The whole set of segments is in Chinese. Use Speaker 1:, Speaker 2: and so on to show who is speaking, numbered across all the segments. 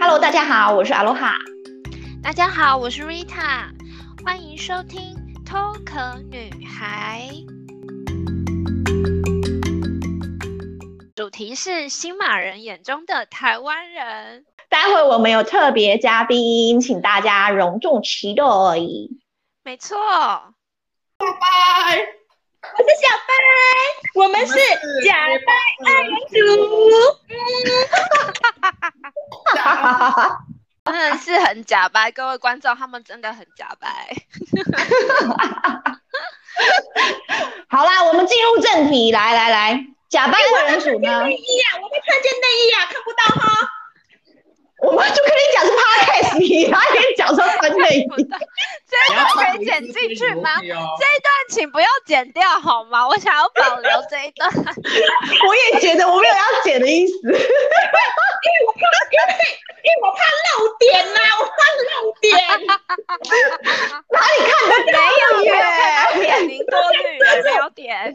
Speaker 1: Hello，大家好，我是阿罗哈。
Speaker 2: 大家好，我是 Rita，欢迎收听《偷壳女孩》，主题是新马人眼中的台湾人。
Speaker 1: 待会我们有特别嘉宾，请大家隆重期待。 我是
Speaker 2: 没错，
Speaker 1: 小白，我们是假扮
Speaker 2: 哎
Speaker 1: 爱人族。哈哈哈哈！
Speaker 2: 真的是很假白，各位观众，他们真的很假 白。
Speaker 1: 好啦，我们进入正题，来来来，假扮二人组呢？内衣啊，我们看见内衣啊，看不到哈。我们就跟你讲是 podcast，你还跟你讲说穿内
Speaker 2: 不
Speaker 1: 衣，
Speaker 2: 对这一段可以剪进去吗？这一
Speaker 3: 哦
Speaker 2: 段请不要剪掉好吗？我想要保留这一段。
Speaker 1: 我也觉得我没有要剪的意思，因为我怕因为因为我怕露点呐、我怕露点，哪里看得到
Speaker 2: 没有
Speaker 1: 耶？
Speaker 2: 点，您多虑了，没有点。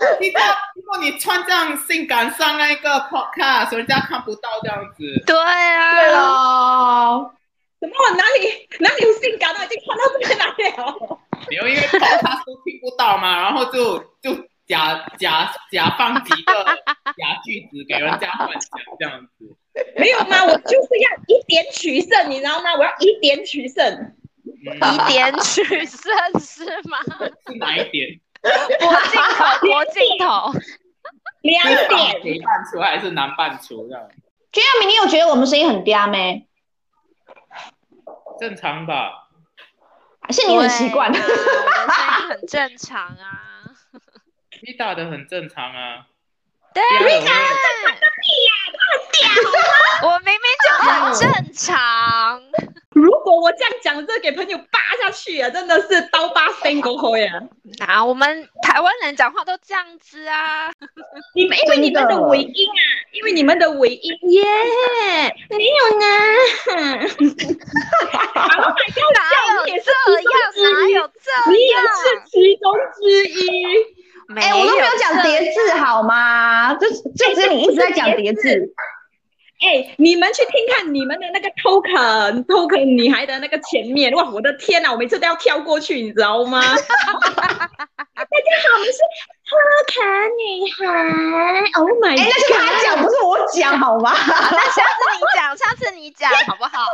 Speaker 3: 如果如果你穿这样性感上那个 podcast，人家看不到这样子。
Speaker 2: 对
Speaker 1: 对
Speaker 2: 啊，
Speaker 1: 喽，
Speaker 4: 怎哎么我哪里哪里有性感到已经穿到这边来了？
Speaker 3: 你又因为 podcast 都听不到嘛，然后就就假假假放几个假句子给人家幻想这样子。
Speaker 4: 没有吗？我就是要以点取胜，你知道吗？我要以点取胜。
Speaker 3: 嗯，
Speaker 2: 以点取胜是吗？
Speaker 3: 是哪一 点？
Speaker 2: 国镜头，国镜头，
Speaker 4: 两
Speaker 3: 是
Speaker 4: 点，
Speaker 3: 北半球还是南半球这样？
Speaker 1: Jeremy，你有觉得我们声音很嗲没？
Speaker 3: 正常吧？
Speaker 1: 还是你很习惯？
Speaker 2: 对啊我的声音很正常啊。
Speaker 3: 你打的很正常啊。
Speaker 2: 对
Speaker 3: 第二位
Speaker 2: 我明明就很正常。
Speaker 4: 如果我这样讲，这给朋友扒下去啊，真的是刀疤深沟沟呀！
Speaker 2: 啊，我们台湾人讲话都这样子啊。
Speaker 4: 你们因为你们
Speaker 1: 真
Speaker 4: 的
Speaker 1: 的
Speaker 4: 尾音啊，因为你们的尾音耶没有啊 呢。
Speaker 2: 哪有
Speaker 4: 你也是
Speaker 2: 这样？哪
Speaker 4: 其中之一
Speaker 2: 有这
Speaker 4: 你也
Speaker 2: 样
Speaker 4: 是？其中之一，
Speaker 2: 没
Speaker 1: 哎、我都没有讲
Speaker 2: 这
Speaker 1: 叠字好吗？就就只有你一直在讲叠字，
Speaker 4: 哎，你们去听看你们的那个 token token 女孩的那个前面，哇，我的天啊呐，我每次都要跳过去，你知道吗？ 大家好，我们是 token 女孩，Oh my
Speaker 1: 哎、那是他讲，不是我讲好吗？
Speaker 2: 那下次你讲，下次你讲好不 好？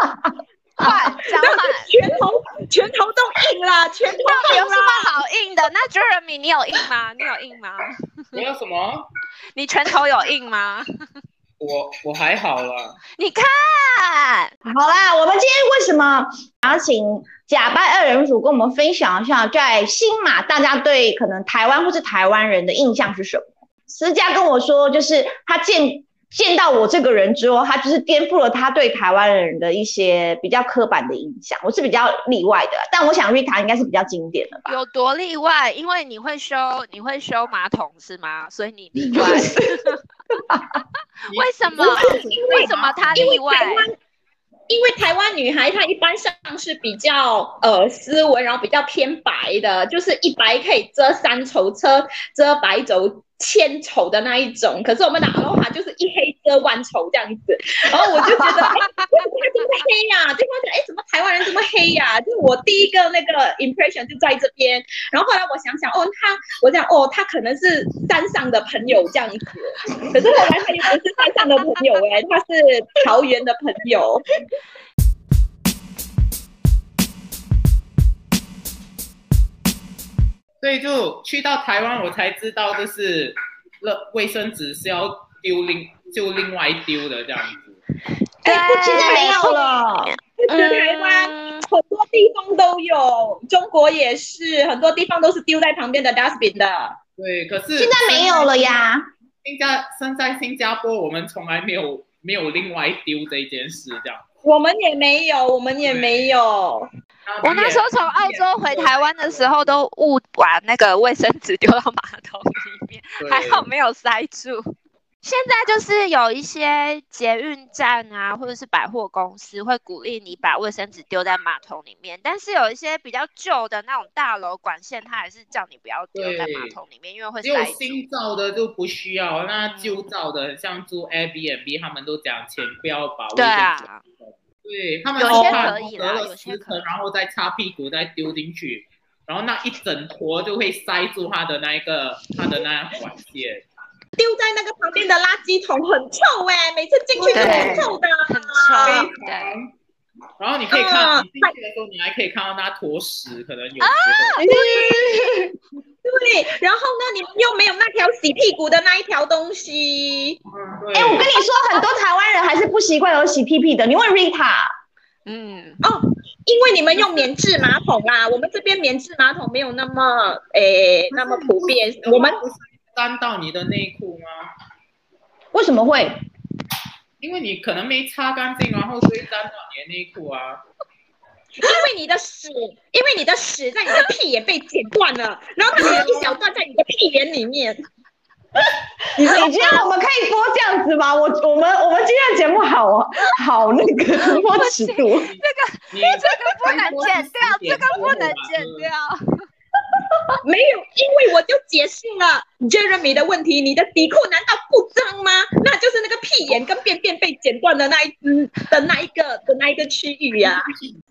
Speaker 2: 换交换，
Speaker 4: 拳头拳头都硬了，拳头
Speaker 2: 到底
Speaker 4: 硬
Speaker 2: 有什
Speaker 4: 了，
Speaker 2: 么好硬的？那 Jeremy，你有硬吗？你有硬吗？
Speaker 3: 我有什么？
Speaker 2: 你拳头有硬吗？
Speaker 3: 我我还好啦。
Speaker 2: 你看，
Speaker 1: 好啦，我们今天为什么想要请假扮二人组跟我们分享一下，在新马大家对可能台湾或是台湾人的印象是什么？思佳跟我说，就是他见见到我这个人之后，他就是颠覆了他对台湾人的一些比较刻板的印象。我是比较例外的，但我想瑞塔应该是比较经典的吧？
Speaker 2: 有多例外？因为你会修，你会修马桶是吗？所以你例外。为什么？为什么他
Speaker 4: 因
Speaker 2: 例
Speaker 4: 为台
Speaker 2: 外？
Speaker 4: 湾，因为台湾女孩她一般上是比较呃斯文，然后比较偏白的，就是一白可以遮三丑，遮遮百肘。千丑的那一种，可是我们的阿罗哈就是一黑遮万丑这样子，然后我就觉得，哎、他真的黑呀、对方觉得，哎、怎么台湾人这么黑呀、就是我第一个那个 impression 就在这边，然后后来我想想，哦，他，我想，哦，他可能是山上的朋友这样子，可是后来他又不是山上的朋友哎、他是桃园的朋友。
Speaker 3: 所以就去到台湾，我才知道，就是那卫生纸是要丢另就另外丢的这样子。
Speaker 1: 哎、现在没
Speaker 2: 对
Speaker 1: 有了。
Speaker 4: 不止台湾，
Speaker 2: 嗯
Speaker 4: 很多地方都有，中国也是，很多地方都是丢在旁边的 dustbin 的。
Speaker 3: 对，可是
Speaker 1: 现在没有了。呀。
Speaker 3: 新加身在新加坡，我们从来没有没有另外丢这一件事这样。
Speaker 4: 我们也没有，我们也没有。
Speaker 2: 我那时候从澳洲回台湾的时候，都误把那个卫生纸丢到马桶里面，
Speaker 3: 对
Speaker 2: 还好没有塞住。现在就是有一些捷运站啊，或者是百货公司会鼓励你把卫生纸丢在马桶里面，但是有一些比较旧的那种大楼管线，它还是叫你不要丢在马桶里面，因为会
Speaker 3: 只有
Speaker 2: 塞住。
Speaker 3: 新造的就不需要，那旧造的像租 Airbnb，他们都讲请不要把卫
Speaker 2: 对
Speaker 3: 生纸
Speaker 2: 啊，
Speaker 3: 对他们
Speaker 2: 有
Speaker 3: 都
Speaker 2: 些
Speaker 3: 怕
Speaker 2: 可以
Speaker 3: 得
Speaker 2: 啦
Speaker 3: 了
Speaker 2: 有些
Speaker 3: 湿
Speaker 2: 可
Speaker 3: 疹然后再擦屁股再丢进去，然后那一整坨就会塞住他的那一个他的那一管线。
Speaker 4: 丢在那个旁边的垃圾桶很臭哎、每次进去都很臭的。
Speaker 2: 很臭，
Speaker 3: 非
Speaker 2: 对。
Speaker 3: 常。然后你可以看，
Speaker 4: 嗯
Speaker 3: 你进去的时候，你还可以看到那坨屎，可能有时
Speaker 2: 啊
Speaker 3: 候。
Speaker 4: 对，然后呢，你们又没有那条洗屁股的那一条东西，
Speaker 3: 嗯对
Speaker 1: 哎、我跟你说，很多台湾人还是不习惯有洗屁屁的。你问 Rita，
Speaker 2: 嗯，
Speaker 4: 因为你们用棉质马桶啊，我们这边棉质马桶没有那么诶、那么普遍，我们
Speaker 3: 不是沾到你的内裤吗？
Speaker 1: 为什么会？
Speaker 3: 因为你可能没擦干净，然后所以沾到你的内裤啊。
Speaker 4: 因为你的屎，因为你的屎在你的屁眼被剪断了，然后它还有一小段在你的屁眼里面。
Speaker 1: 你哎你觉得我们可以播这样子吗？我我们我们今天的节目好啊，好那 个播尺度，
Speaker 3: 你
Speaker 2: 这个不能剪掉，
Speaker 3: 还多一
Speaker 2: 这
Speaker 3: 点
Speaker 2: 个不能剪掉。
Speaker 4: 没有，因为我就解释了 Jeremy 的问题，你的底裤难道不脏吗？那就是那个屁眼跟便便被剪断的那一嗯的那一个的那一个区域呀、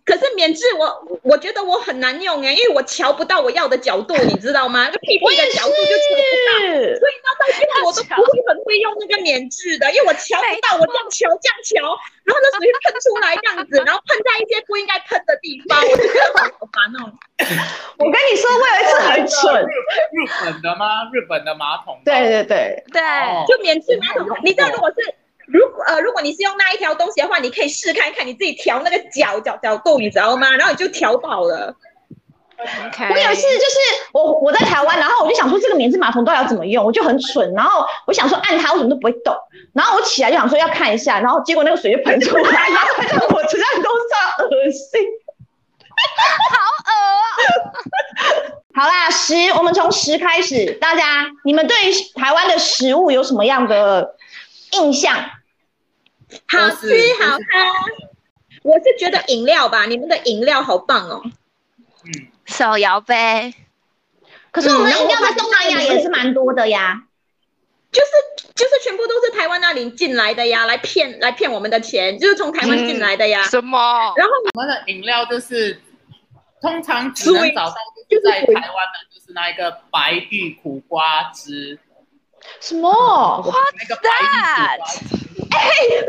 Speaker 4: 可是免治我我觉得我很难用哎，因为我瞧不到我要的角度，你知道吗？那个屁股的角度就瞧不到。
Speaker 1: 是
Speaker 4: 所以呢，到现在我都不会很会用那个免治的，因为我瞧不到，我这样瞧这样瞧，然后那水就喷出来这样子，然后喷在一些不应该喷的地方，我就觉得好好烦哦。
Speaker 1: 我跟你说，我有一次很蠢，
Speaker 3: 日本的吗？日本的马桶。
Speaker 1: 对对对，
Speaker 2: 对，
Speaker 3: 哦
Speaker 4: 就免治马桶。你知道，如果是如果呃，如果你是用那一条东西的话，你可以试看看你自己调那个角角角度，你知道吗？然后你就调到了。
Speaker 1: 我有一次就是我我在台湾，然后我就想说这个免治马桶到底要怎么用，我就很蠢，然后我想说按它为什么都不会动，然后我起来就想说要看一下，然后结果那个水就喷出来，然后喷到我头上都上，恶心。好啦，食，我们从食开始，大家你们对台湾的食物有什么样的印象？
Speaker 4: 好
Speaker 3: 都
Speaker 4: 吃
Speaker 3: 是
Speaker 4: 好喝。我是觉得饮料吧，你们的饮料好棒哦。
Speaker 3: 嗯，
Speaker 2: 手摇杯，
Speaker 1: 可是我们
Speaker 4: 嗯
Speaker 1: 饮料在东南亚也是蛮多的呀。
Speaker 4: 就是就是全部都是台湾那里进来的呀，来骗来骗我们的钱，就是从台湾进来
Speaker 3: 啊
Speaker 4: 的呀。
Speaker 2: 什么？
Speaker 4: 然后
Speaker 3: 我们的饮料就是通常只能找到就是在台湾的，就是那一个白玉苦瓜汁，
Speaker 1: 什么？
Speaker 3: 那个白玉苦瓜汁。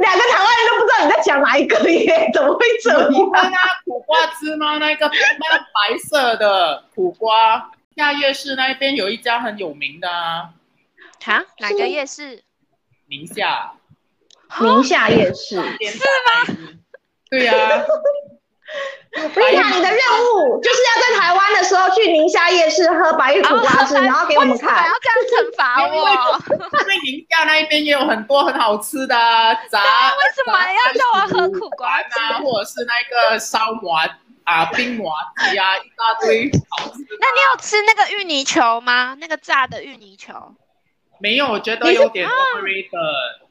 Speaker 1: 两个台湾人都不知道你在讲哪一个耶？怎么会这样？
Speaker 3: 你看那苦瓜汁吗？那个那个白色的苦瓜，下夜市那边有一家很有名的啊，
Speaker 2: 啊，哪个夜市？
Speaker 3: 宁夏
Speaker 1: 宁夏夜 市。
Speaker 3: 是吗？对啊 呀、
Speaker 1: 瑞塔，啊你的任 务就是要在台湾的时候去宁夏夜市喝白玉苦瓜汁，然后 给我们
Speaker 2: 为什么
Speaker 1: 看
Speaker 2: 要。这样惩罚
Speaker 3: 因为
Speaker 2: 我？
Speaker 3: 因为宁夏那一边也有很多很好吃的啊炸，
Speaker 2: 为什么要叫我喝苦 瓜汁？
Speaker 3: 啊，或者是那个烧麻啊、冰麻鸡啊，一大堆好吃。
Speaker 2: 那你有吃那个芋泥球吗？那个炸的芋泥球？
Speaker 3: 没有，我觉得有
Speaker 2: 啊
Speaker 3: 点 overrated，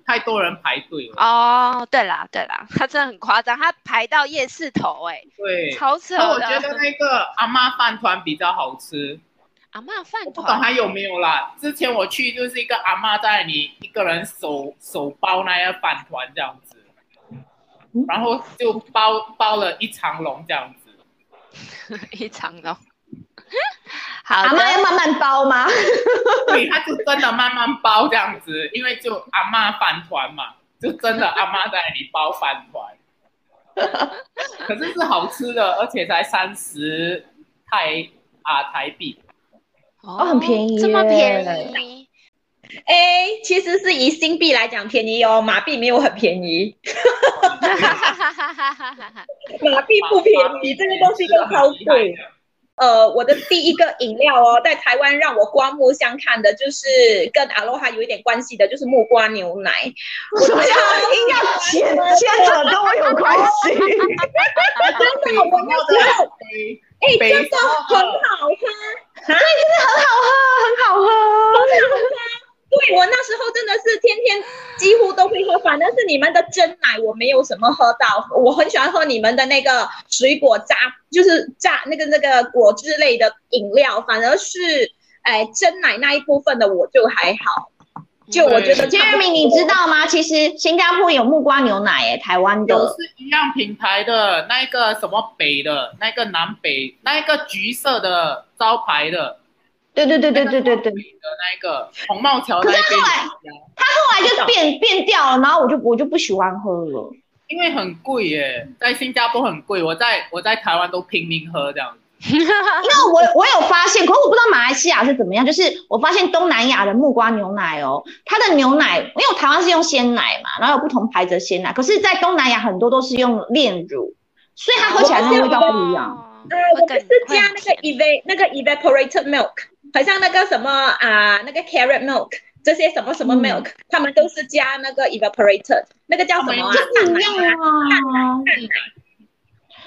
Speaker 3: 太多人排队了。
Speaker 2: 哦，对啦对啦，它真的很夸张，它排到夜市头哎、
Speaker 3: 对，哦
Speaker 2: 超扯
Speaker 3: 那我
Speaker 2: 的。
Speaker 3: 觉得那个阿妈饭团比较好吃，
Speaker 2: 阿嬷饭
Speaker 3: 不懂
Speaker 2: 团
Speaker 3: 还有没有啦？之前我去就是一个阿妈在你一个人手手包那个饭团这样子，
Speaker 2: 嗯
Speaker 3: 然后就包包了一长笼这样子。
Speaker 2: 一场咯。 好
Speaker 1: 阿妈要
Speaker 2: 的，
Speaker 1: 慢慢包 吗？
Speaker 3: 对，他就真的慢慢包这样子，因为就阿嬷饭团嘛，就真的阿嬷在那里包饭团，可是是好吃的，而且才三十台啊台币，
Speaker 2: 哦
Speaker 1: 很便宜
Speaker 2: 这么
Speaker 1: 耶
Speaker 2: 便宜。
Speaker 4: 哎，其实是以新币来讲便宜哦，马币没有很便宜，
Speaker 2: 哈哈哈哈哈哈！
Speaker 4: 马币不便宜，这个东西都超贵。呃，我的第一个饮料哦，在台湾让我刮目相看的，就是跟阿罗哈有一点关系的，就是木瓜牛奶。
Speaker 1: 为什么要硬要牵牵扯跟我有关系？
Speaker 4: 真的，我那时候，哎、
Speaker 3: 北
Speaker 4: 真的
Speaker 3: 方
Speaker 4: 很好喝，
Speaker 1: 很好喝，很好喝。
Speaker 4: 真对我那时候真的是天天几乎都会喝，反正是你们的真奶我没有什么喝到，我很喜欢喝你们的那个水果榨，就是榨那个那个果汁类的饮料，反而是哎真奶那一部分的我就还好，就我觉得
Speaker 1: 杰瑞米，你知道吗？其实新加坡有木瓜牛奶、欸，台湾
Speaker 3: 有
Speaker 1: 的
Speaker 3: 是一样品牌的，那一个什么北的，那个南北，那一个橘色的招牌的，
Speaker 1: 对对对对对对对，
Speaker 3: 北的那一个红帽桥那一
Speaker 1: 可是后来
Speaker 3: 边，
Speaker 1: 后来就变变掉了，然后我就我就不喜欢喝了。
Speaker 3: 因为很贵耶，在新加坡很贵，我在我在台湾都拼命喝这样。
Speaker 2: 啊
Speaker 1: 因为我我有发现，可是我不知道马来西亚是怎么样。就是我发现东南亚的木瓜牛奶哦，它的牛奶，因为台湾是用鲜奶嘛，然后有不同牌子的鲜奶，可是，在东南亚很多都是用炼乳，所以它 喝起来那个味道不一样。
Speaker 2: 哦。
Speaker 4: 呃，
Speaker 2: 会
Speaker 4: 我们
Speaker 2: 更
Speaker 4: 是加那个 eva 那个 evaporated milk，好像那个什么啊、那个 carrot milk 这些什么什么
Speaker 1: 嗯
Speaker 4: milk，、他们都是加那个 evaporated，那个叫什么啊？
Speaker 1: 就不一样啊，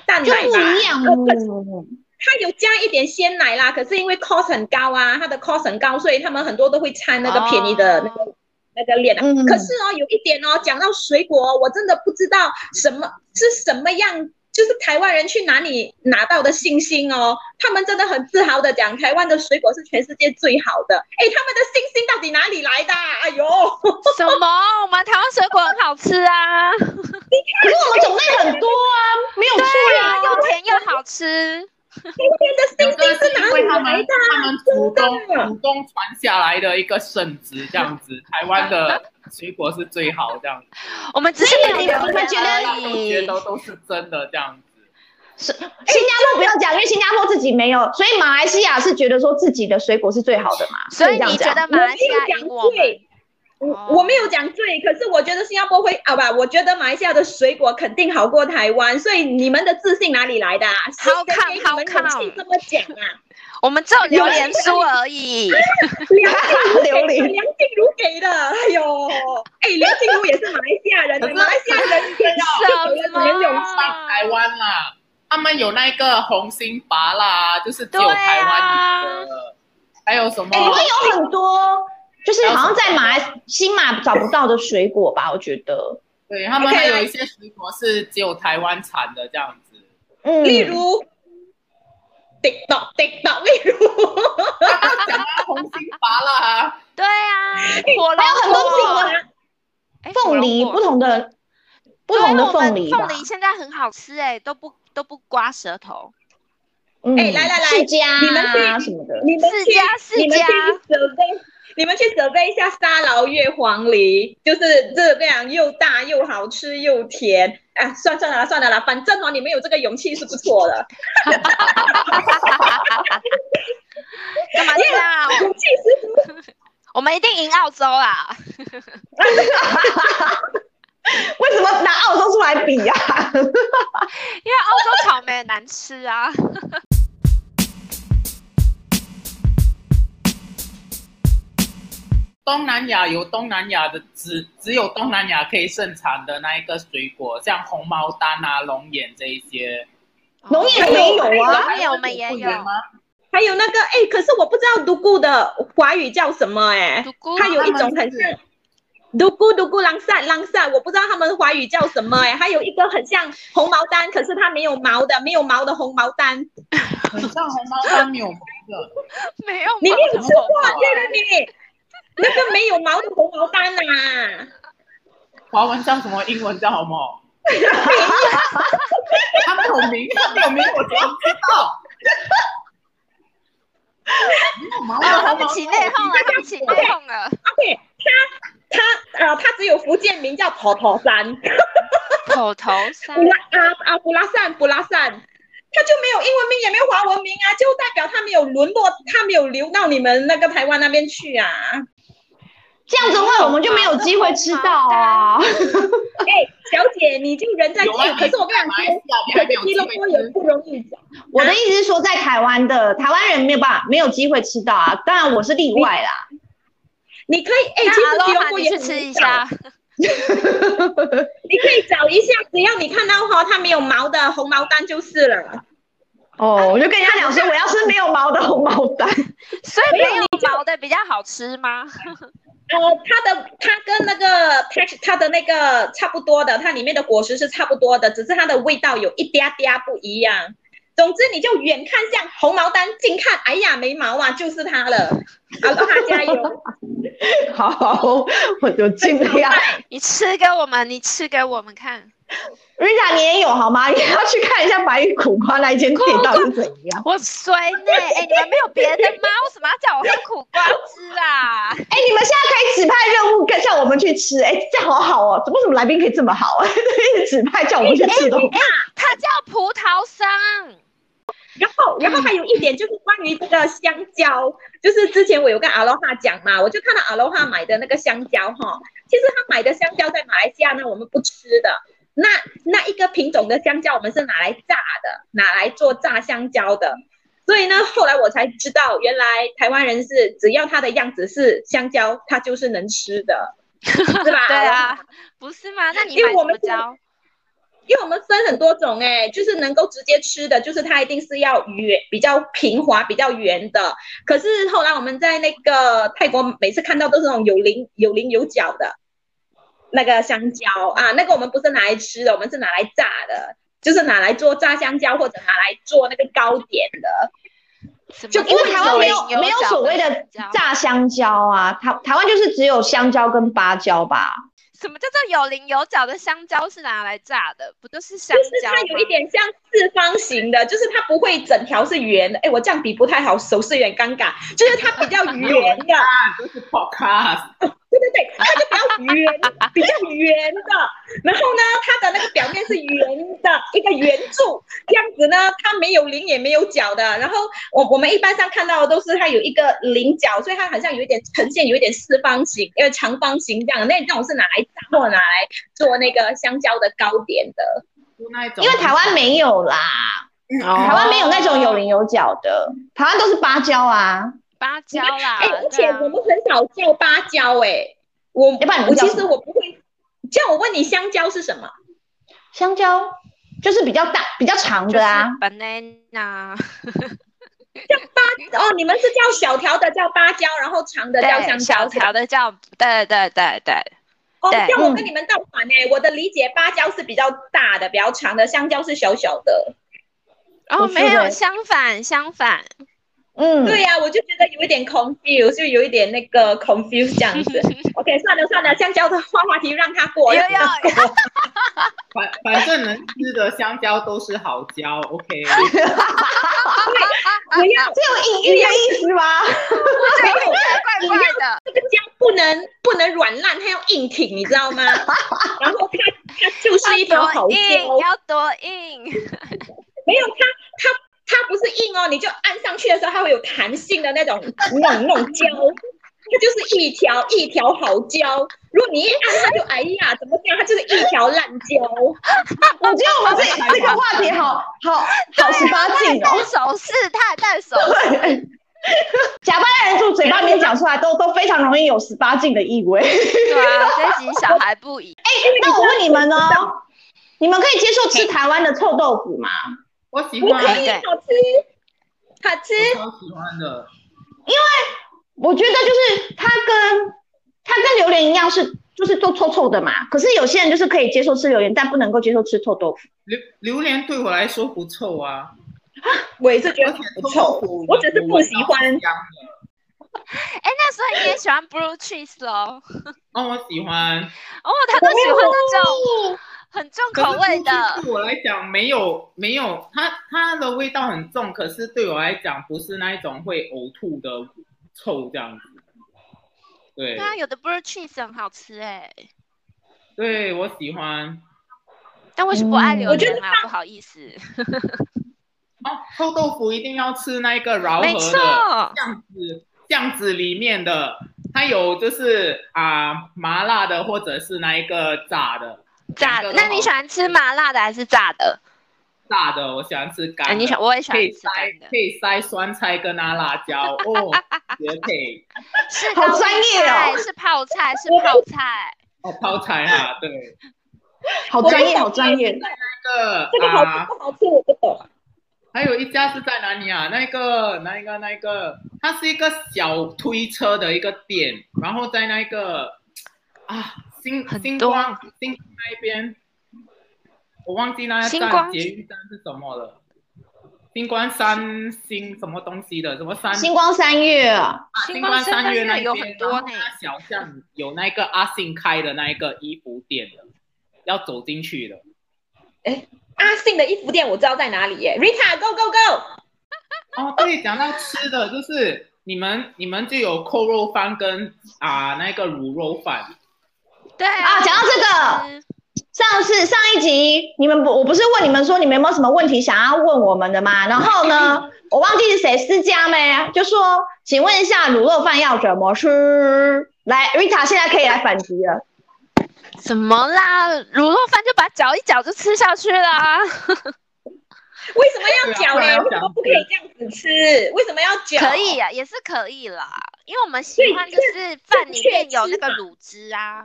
Speaker 4: 蛋
Speaker 1: 就
Speaker 4: 奶
Speaker 1: 不
Speaker 4: 吧
Speaker 1: 一样
Speaker 4: 呃可是
Speaker 1: 哦。
Speaker 4: 它有加一点鲜奶啦，可是因为 cost 很高啊，它的 cost 很高，所以他们很多都会掺那个
Speaker 3: 哦
Speaker 4: 便宜的那个、那个炼奶。
Speaker 1: 嗯，
Speaker 4: 可是哦，有一点哦，讲到水果哦、我真的不知道什么是什么样，就是台湾人去哪里拿到的信心哦。他们真的很自豪的讲，台湾的水果是全世界最好的。哎，他们的信心到底哪里来的啊？哎呦，
Speaker 2: 什么？我们台湾水果很好吃啊，对
Speaker 1: 可是我们种类很多啊，没有错
Speaker 2: 啊，
Speaker 1: 啊。
Speaker 2: 又甜又好吃。
Speaker 4: 台
Speaker 3: 有
Speaker 4: 湾人的
Speaker 3: 个是
Speaker 4: 信心是
Speaker 3: 因
Speaker 4: 哪里
Speaker 3: 为他
Speaker 4: 来
Speaker 3: 们
Speaker 4: 的？
Speaker 3: 他们途中
Speaker 4: 真的
Speaker 3: 途中传下来的一个圣旨这样子，台湾的水果是最好这样子，
Speaker 2: 我们只是
Speaker 1: 对
Speaker 2: 没
Speaker 1: 你
Speaker 2: 有
Speaker 1: 们觉得
Speaker 3: 大家都觉得都是真的这样子。
Speaker 1: 是新加坡不要讲，因为新加坡自己没有，所以马来西亚是觉得说自己的水果是最好的嘛。
Speaker 2: 所
Speaker 1: 可
Speaker 2: 以
Speaker 1: 这样
Speaker 2: 你觉
Speaker 1: 讲
Speaker 2: 得马来西亚赢我
Speaker 4: 我没有讲
Speaker 2: 们
Speaker 4: 对？
Speaker 2: 哦
Speaker 4: 我我没有讲对，可是我觉得新加坡会啊不，我觉得马来西亚的水果肯定好过台湾，所以你们的自信哪里来的、啊？
Speaker 2: How
Speaker 4: 谁
Speaker 2: come？How
Speaker 4: 给你们勇
Speaker 2: come？
Speaker 4: 气这么讲 啊？
Speaker 2: 我们只有榴莲酥而已。
Speaker 4: 梁静茹给的
Speaker 1: 榴莲
Speaker 4: 梁静茹给的，哎呦，哎，梁静茹也是马来西亚人，哎
Speaker 3: 可是
Speaker 4: 马来西亚人真的哎
Speaker 2: 什么？
Speaker 4: 很勇气。
Speaker 3: 上台湾啦，他们有那个红心拔啦，就是只有
Speaker 2: 对啊
Speaker 3: 台湾有的，还有什么？
Speaker 1: 哎、你们有很多，就是好像在马来新马找不到的水果吧？我觉得，
Speaker 3: 对他们
Speaker 4: OK，
Speaker 3: 还有一些水果是只有台湾产的这样子。
Speaker 1: 嗯，
Speaker 4: 例如 TikTok TikTok，例如
Speaker 3: 讲到红心拔啦啊，
Speaker 2: 对啊，火龙
Speaker 1: 还有很多苹果
Speaker 2: 果、
Speaker 1: 啊、
Speaker 2: 哎
Speaker 1: 凤梨，
Speaker 2: 火
Speaker 1: 不
Speaker 2: 龙果哎
Speaker 1: 同的不
Speaker 2: 对
Speaker 1: 同的
Speaker 2: 我们
Speaker 1: 啊凤梨吧
Speaker 2: 凤。梨现在很好吃哎，都不都不刮舌头。
Speaker 1: 嗯，
Speaker 4: 哎来来来
Speaker 1: 释迦
Speaker 4: 你们
Speaker 1: 啊
Speaker 4: 去
Speaker 1: 什么的，
Speaker 4: 你们
Speaker 2: 释
Speaker 4: 去
Speaker 2: 迦释
Speaker 4: 你们去
Speaker 2: 迦
Speaker 4: survey，你们去 survey 一下沙劳越黄梨，就是这个样又大又好吃又甜。啊，算算了啦，算了啦，反正哦，你们有这个勇气是不错的，
Speaker 2: 干嘛这样啊？
Speaker 4: 勇气十足。
Speaker 2: 我们一定赢澳洲啊啦！
Speaker 1: 为什么拿澳洲出来比呀、啊？
Speaker 2: 因为澳洲草莓很难吃啊。
Speaker 3: 东南亚有东南亚的只只有东南亚可以盛产的那一个水果，像红毛丹啊、龙眼这一些。
Speaker 1: 龙眼
Speaker 4: 没
Speaker 1: 有啊
Speaker 2: 龙眼我们也
Speaker 3: 台
Speaker 2: 哦
Speaker 3: 湾
Speaker 2: 有
Speaker 3: 有。吗？
Speaker 4: 还有那个，哎，可是我不知道独孤的华语叫什么，哎，
Speaker 2: 独孤
Speaker 4: 它有一种很像独孤独孤狼散狼散，我不知道他们华语叫什么，哎，还有一个很像红毛丹，可是它没有毛的，没有毛的红毛丹，
Speaker 3: 很像红毛丹没有毛的，
Speaker 2: 没有，
Speaker 4: 你没有吃过
Speaker 2: 我不懂
Speaker 4: 对对对，那个没有毛的红毛丹啊呐、
Speaker 3: 华文叫什么？英文叫什么？他没有名，他没有名，我怎么知道？没有毛的
Speaker 2: 啊，
Speaker 3: 红毛
Speaker 2: 对
Speaker 3: 丹
Speaker 2: 不起内讧了，对不起内讧了。
Speaker 4: 而且它它呃，它只有福建名叫头头山，
Speaker 3: 嗯
Speaker 2: 口头山
Speaker 4: 布拉啊啊布拉善布拉善，它就没有英文名也没有华文名啊，就代表它没有沦落，它没有流到你们那个台湾那边去 啊。
Speaker 1: 这样子的话，我们就没有机会吃到 啊。
Speaker 4: 哎，小姐，你就人在基
Speaker 3: 有啊
Speaker 4: 隆，，可是我跟
Speaker 3: 你在
Speaker 4: 你
Speaker 3: 马来
Speaker 4: 讲
Speaker 3: 西，亚，你还没
Speaker 4: 可是
Speaker 3: 有
Speaker 4: 基
Speaker 3: 机
Speaker 4: 隆
Speaker 3: 会
Speaker 4: 坡也
Speaker 3: 吃。
Speaker 4: 不容易讲。
Speaker 1: 我的意思是说，在台湾的台湾人没有办法，没有机会吃到啊。当然我是例外啦。
Speaker 4: 你可以哎，其
Speaker 2: 那
Speaker 4: 实
Speaker 2: 阿
Speaker 4: 吉
Speaker 2: 罗
Speaker 4: 隆
Speaker 2: 哈，
Speaker 4: 坡
Speaker 2: 你
Speaker 4: 也
Speaker 2: 去
Speaker 4: 很
Speaker 2: 吃一
Speaker 4: 难找
Speaker 2: 下。
Speaker 4: 你可以找一下，只要你看到哈，它没有毛的红毛丹就是了。
Speaker 1: 哦，我就跟人家讲 说，我要吃没有毛的红毛丹。
Speaker 2: 所以没有毛的比较好吃吗？
Speaker 4: 呃，它的它跟那个 p a t c h 它的那个差不多的，它里面的果实是差不多的，只是它的味道有一嗲嗲不一样。总之，你就远看像红毛丹，近看哎呀没毛啊，就是它了。阿罗哈加油！
Speaker 1: 好，我就尽 量。
Speaker 2: 你吃给我们，你吃给我们看。
Speaker 1: Rita，你也有好吗？ 你要去看一下白玉苦瓜那一间店到底是怎样。
Speaker 2: 我衰呢，哎、你们没有别的吗？为什么要叫我喝苦瓜汁啊？
Speaker 1: 哎、你们现在可以指派任务，跟叫我们去吃。哎、这样好好哦，怎么什么来宾可以这么好啊？ 一直指派叫我们去吃东西。
Speaker 2: 它叫葡萄桑。
Speaker 4: 然后，然后还有一点就是关于这个香蕉，就是之前我有跟阿罗哈讲嘛，我就看到阿罗哈买的那个香蕉哈，其实他买的香蕉在马来西亚呢，我们不吃的。那那一个品种的香蕉，我们是拿来炸的，拿来做炸香蕉的。所以呢，后来我才知道，原来台湾人是只要它的样子是香蕉，它就是能吃的，是 吧？
Speaker 2: 对啊，不是吗？那你
Speaker 4: 因为
Speaker 2: 买
Speaker 4: 我
Speaker 2: 什么
Speaker 4: 们是
Speaker 2: 椒？
Speaker 4: 因为我们分很多种哎、就是能够直接吃的，就是它一定是要圆、比较平滑、比较圆的。可是后来我们在那个泰国，每次看到都是那种有棱、有棱有角的那个香蕉啊，那个我们不是拿来吃的，我们是拿来炸的，就是拿来做炸香蕉或者拿来做那个糕点的。
Speaker 2: 什么
Speaker 1: 就因为台湾没有
Speaker 2: 有角
Speaker 1: 没有所谓的
Speaker 2: 香蕉
Speaker 1: 哎炸香蕉啊，台台湾就是只有香蕉跟芭蕉吧。
Speaker 2: 什么叫做有棱有角的香蕉是拿来炸的？不就是香
Speaker 4: 就是
Speaker 2: 蕉吗？
Speaker 4: 它有一点像四方形的，就是它不会整条是圆的。哎，我这样比不太好，手势有点尴尬。就是它比较圆的。
Speaker 3: 啊，这是 podcast，
Speaker 4: 对对对，它就比较圆，比较圆的。然后呢，它的那个表面是圆的，一个圆柱这样子呢，它没有棱也没有角的。然后我我们一般上看到的都是它有一个棱角，所以它好像有一点呈现有一点四方形，呃长方形这样。那那种是拿来炸或拿来做那个香蕉的糕点的。
Speaker 3: 就那一种。
Speaker 1: 因为台湾没有啦，
Speaker 2: 哦
Speaker 1: 台湾没有那种有棱有角的，台湾都是芭蕉啊。
Speaker 2: 芭蕉啦。
Speaker 4: 哎、而且
Speaker 2: 对啊
Speaker 4: 我们很少叫芭蕉哎、我
Speaker 1: 要不然你们
Speaker 4: 我
Speaker 1: 叫
Speaker 4: 其
Speaker 1: 什
Speaker 4: 实我不会。这样我问你，香蕉是什么？
Speaker 1: 香蕉就是比较大、比较长的啊。
Speaker 2: 就是 banana，
Speaker 4: 哦，你们是叫小条的叫芭蕉，然后长的叫香
Speaker 2: 对，小
Speaker 4: 蕉，
Speaker 2: 条的叫，对对对对，
Speaker 4: 哦，
Speaker 2: 对
Speaker 4: 这样我
Speaker 1: 嗯
Speaker 4: 跟你们倒反哎、我的理解，芭蕉是比较大的、比较长的，香蕉是小小的。
Speaker 2: 哦，
Speaker 1: 不是
Speaker 2: 没有，
Speaker 1: 的
Speaker 2: 相反相反，
Speaker 1: 嗯，
Speaker 4: 对呀、我就觉得有一点 confuse，就有一点那个 confuse 这 样子。OK，算了算了，香蕉的话话题让它过。
Speaker 2: 有有，
Speaker 3: 反反正能吃的香蕉都是好蕉，OK。
Speaker 4: 不要
Speaker 1: 这有隐喻的意思吗？
Speaker 2: 啊 这个怪怪的，
Speaker 4: 这个蕉不能不能软烂，它要硬挺，你知道 吗？然后它它 就是一条
Speaker 2: 要
Speaker 4: 好哦
Speaker 2: 多
Speaker 4: 蕉，
Speaker 2: 硬要多硬，
Speaker 4: 没有它它它不是硬哦，你就按上去的时候，它会有弹性的那种那种那种胶，它就是一条一条好胶。如果你一按它就哎呀怎么这样，它就是一条烂胶。
Speaker 1: 我觉得我们这这个话题好好好十八禁
Speaker 2: 戴
Speaker 1: 哦。
Speaker 2: 手势，太戴手势，
Speaker 1: 对， 假扮人数嘴巴里面讲出来都都非常容易有十八禁的意味。
Speaker 2: 对啊，这集小孩不宜，
Speaker 1: 哎那我问你们哦， 你们可以接受吃台湾的臭豆腐吗？
Speaker 3: 我喜
Speaker 4: 不
Speaker 3: 欢，
Speaker 4: 可以，
Speaker 2: 对
Speaker 4: 好吃，好吃。
Speaker 3: 我超喜欢的。
Speaker 1: 我觉得就是它跟它跟榴莲一样是，就是都臭臭的嘛。可是有些人就是可以接受吃榴莲，但不能够接受吃臭豆腐。
Speaker 3: 榴榴莲对我来说不臭啊，
Speaker 4: 我也是觉
Speaker 3: 而
Speaker 4: 得
Speaker 3: 且
Speaker 4: 不
Speaker 3: 臭豆，
Speaker 4: 臭
Speaker 3: 腐
Speaker 4: 我只是不喜欢
Speaker 3: 有香的。
Speaker 2: 哎，那所以你也喜欢 blue cheese 喽？
Speaker 3: 哦，我喜欢。
Speaker 2: 哦，他都喜欢那种很重
Speaker 3: 可是
Speaker 2: 口味的，
Speaker 3: 对我来讲没有没有，它它的味道很重，可是对我来讲不是那一种会呕吐的臭这样子。对
Speaker 2: 对啊，有的 blue cheese 很好吃哎，
Speaker 3: 对，我喜欢。
Speaker 2: 但我是不爱
Speaker 1: 嗯
Speaker 2: 榴
Speaker 4: 我觉得
Speaker 2: 莲啦，不好意思，
Speaker 3: 哦，臭豆腐一定要吃那个饶
Speaker 2: 没
Speaker 3: 河
Speaker 2: 错，
Speaker 3: 的酱子酱子里面的，它有就是啊、麻辣的或者是那一个炸的
Speaker 2: 炸
Speaker 3: 两
Speaker 2: 的。
Speaker 3: 个都
Speaker 2: 那你
Speaker 3: 好
Speaker 2: 喜欢吃麻辣的还是炸的？
Speaker 3: 炸的，我喜欢吃干
Speaker 2: 哎，
Speaker 3: 的。
Speaker 2: 你喜我也喜
Speaker 3: 可
Speaker 2: 欢
Speaker 3: 以
Speaker 2: 吃
Speaker 3: 塞
Speaker 2: 干的
Speaker 3: 可，以塞酸菜跟那辣椒哦，绝配
Speaker 2: 是
Speaker 1: 好
Speaker 2: 高丽
Speaker 1: 专业
Speaker 2: 菜
Speaker 1: 哦
Speaker 2: 是泡菜，是泡菜。
Speaker 3: 哦，泡菜哈、啊，对，
Speaker 1: 好专业，好专业。
Speaker 3: 那个
Speaker 4: 这个好吃
Speaker 3: 啊，
Speaker 4: 不好吃我不懂。
Speaker 3: 它还有一家是在哪里啊？那个、那一个、那一个，它是一个小推车的一个店，然后在那个啊星
Speaker 2: 很
Speaker 3: 星
Speaker 2: 多
Speaker 3: 光星光那边，我忘记那
Speaker 2: 星
Speaker 3: 站
Speaker 2: 光
Speaker 3: 捷运站是什么了。星光三星什么东西的？什么三？
Speaker 1: 星光三月啊，
Speaker 3: 啊
Speaker 2: 星
Speaker 3: 星
Speaker 2: 光
Speaker 3: 光
Speaker 2: 三
Speaker 3: 三
Speaker 2: 月
Speaker 3: 月那
Speaker 2: 有
Speaker 3: 边啊
Speaker 2: 很多
Speaker 3: 然后
Speaker 2: 呢
Speaker 3: 那小巷有那个阿信开的那一个衣服店的，要走进去的。
Speaker 4: 阿信的衣服店我知道在哪里耶，Rita
Speaker 2: 啊
Speaker 4: go go go，
Speaker 3: 哦，对，讲到吃的，就是你们你们就有扣肉饭跟啊、那个卤肉饭，
Speaker 2: 对
Speaker 1: 啊讲到这个，上次上一集你们不，我不是问你们说你们有没有什么问题想要问我们的吗？然后 呢，我忘记是谁私家没，啊就说请问一下卤肉饭要怎么吃？来，Rita 现在可以来反击了。
Speaker 2: 什么啦？卤肉饭就把搅一搅就吃下去啊啦。
Speaker 4: 为什么要搅
Speaker 3: 对啊
Speaker 4: 呢？为
Speaker 3: 不然要
Speaker 4: 什
Speaker 3: 搅
Speaker 4: 么不可以这样子吃？为什么要搅？
Speaker 2: 可以啊，也是可以啦，因为我们喜欢就是饭里面有那个卤汁啊，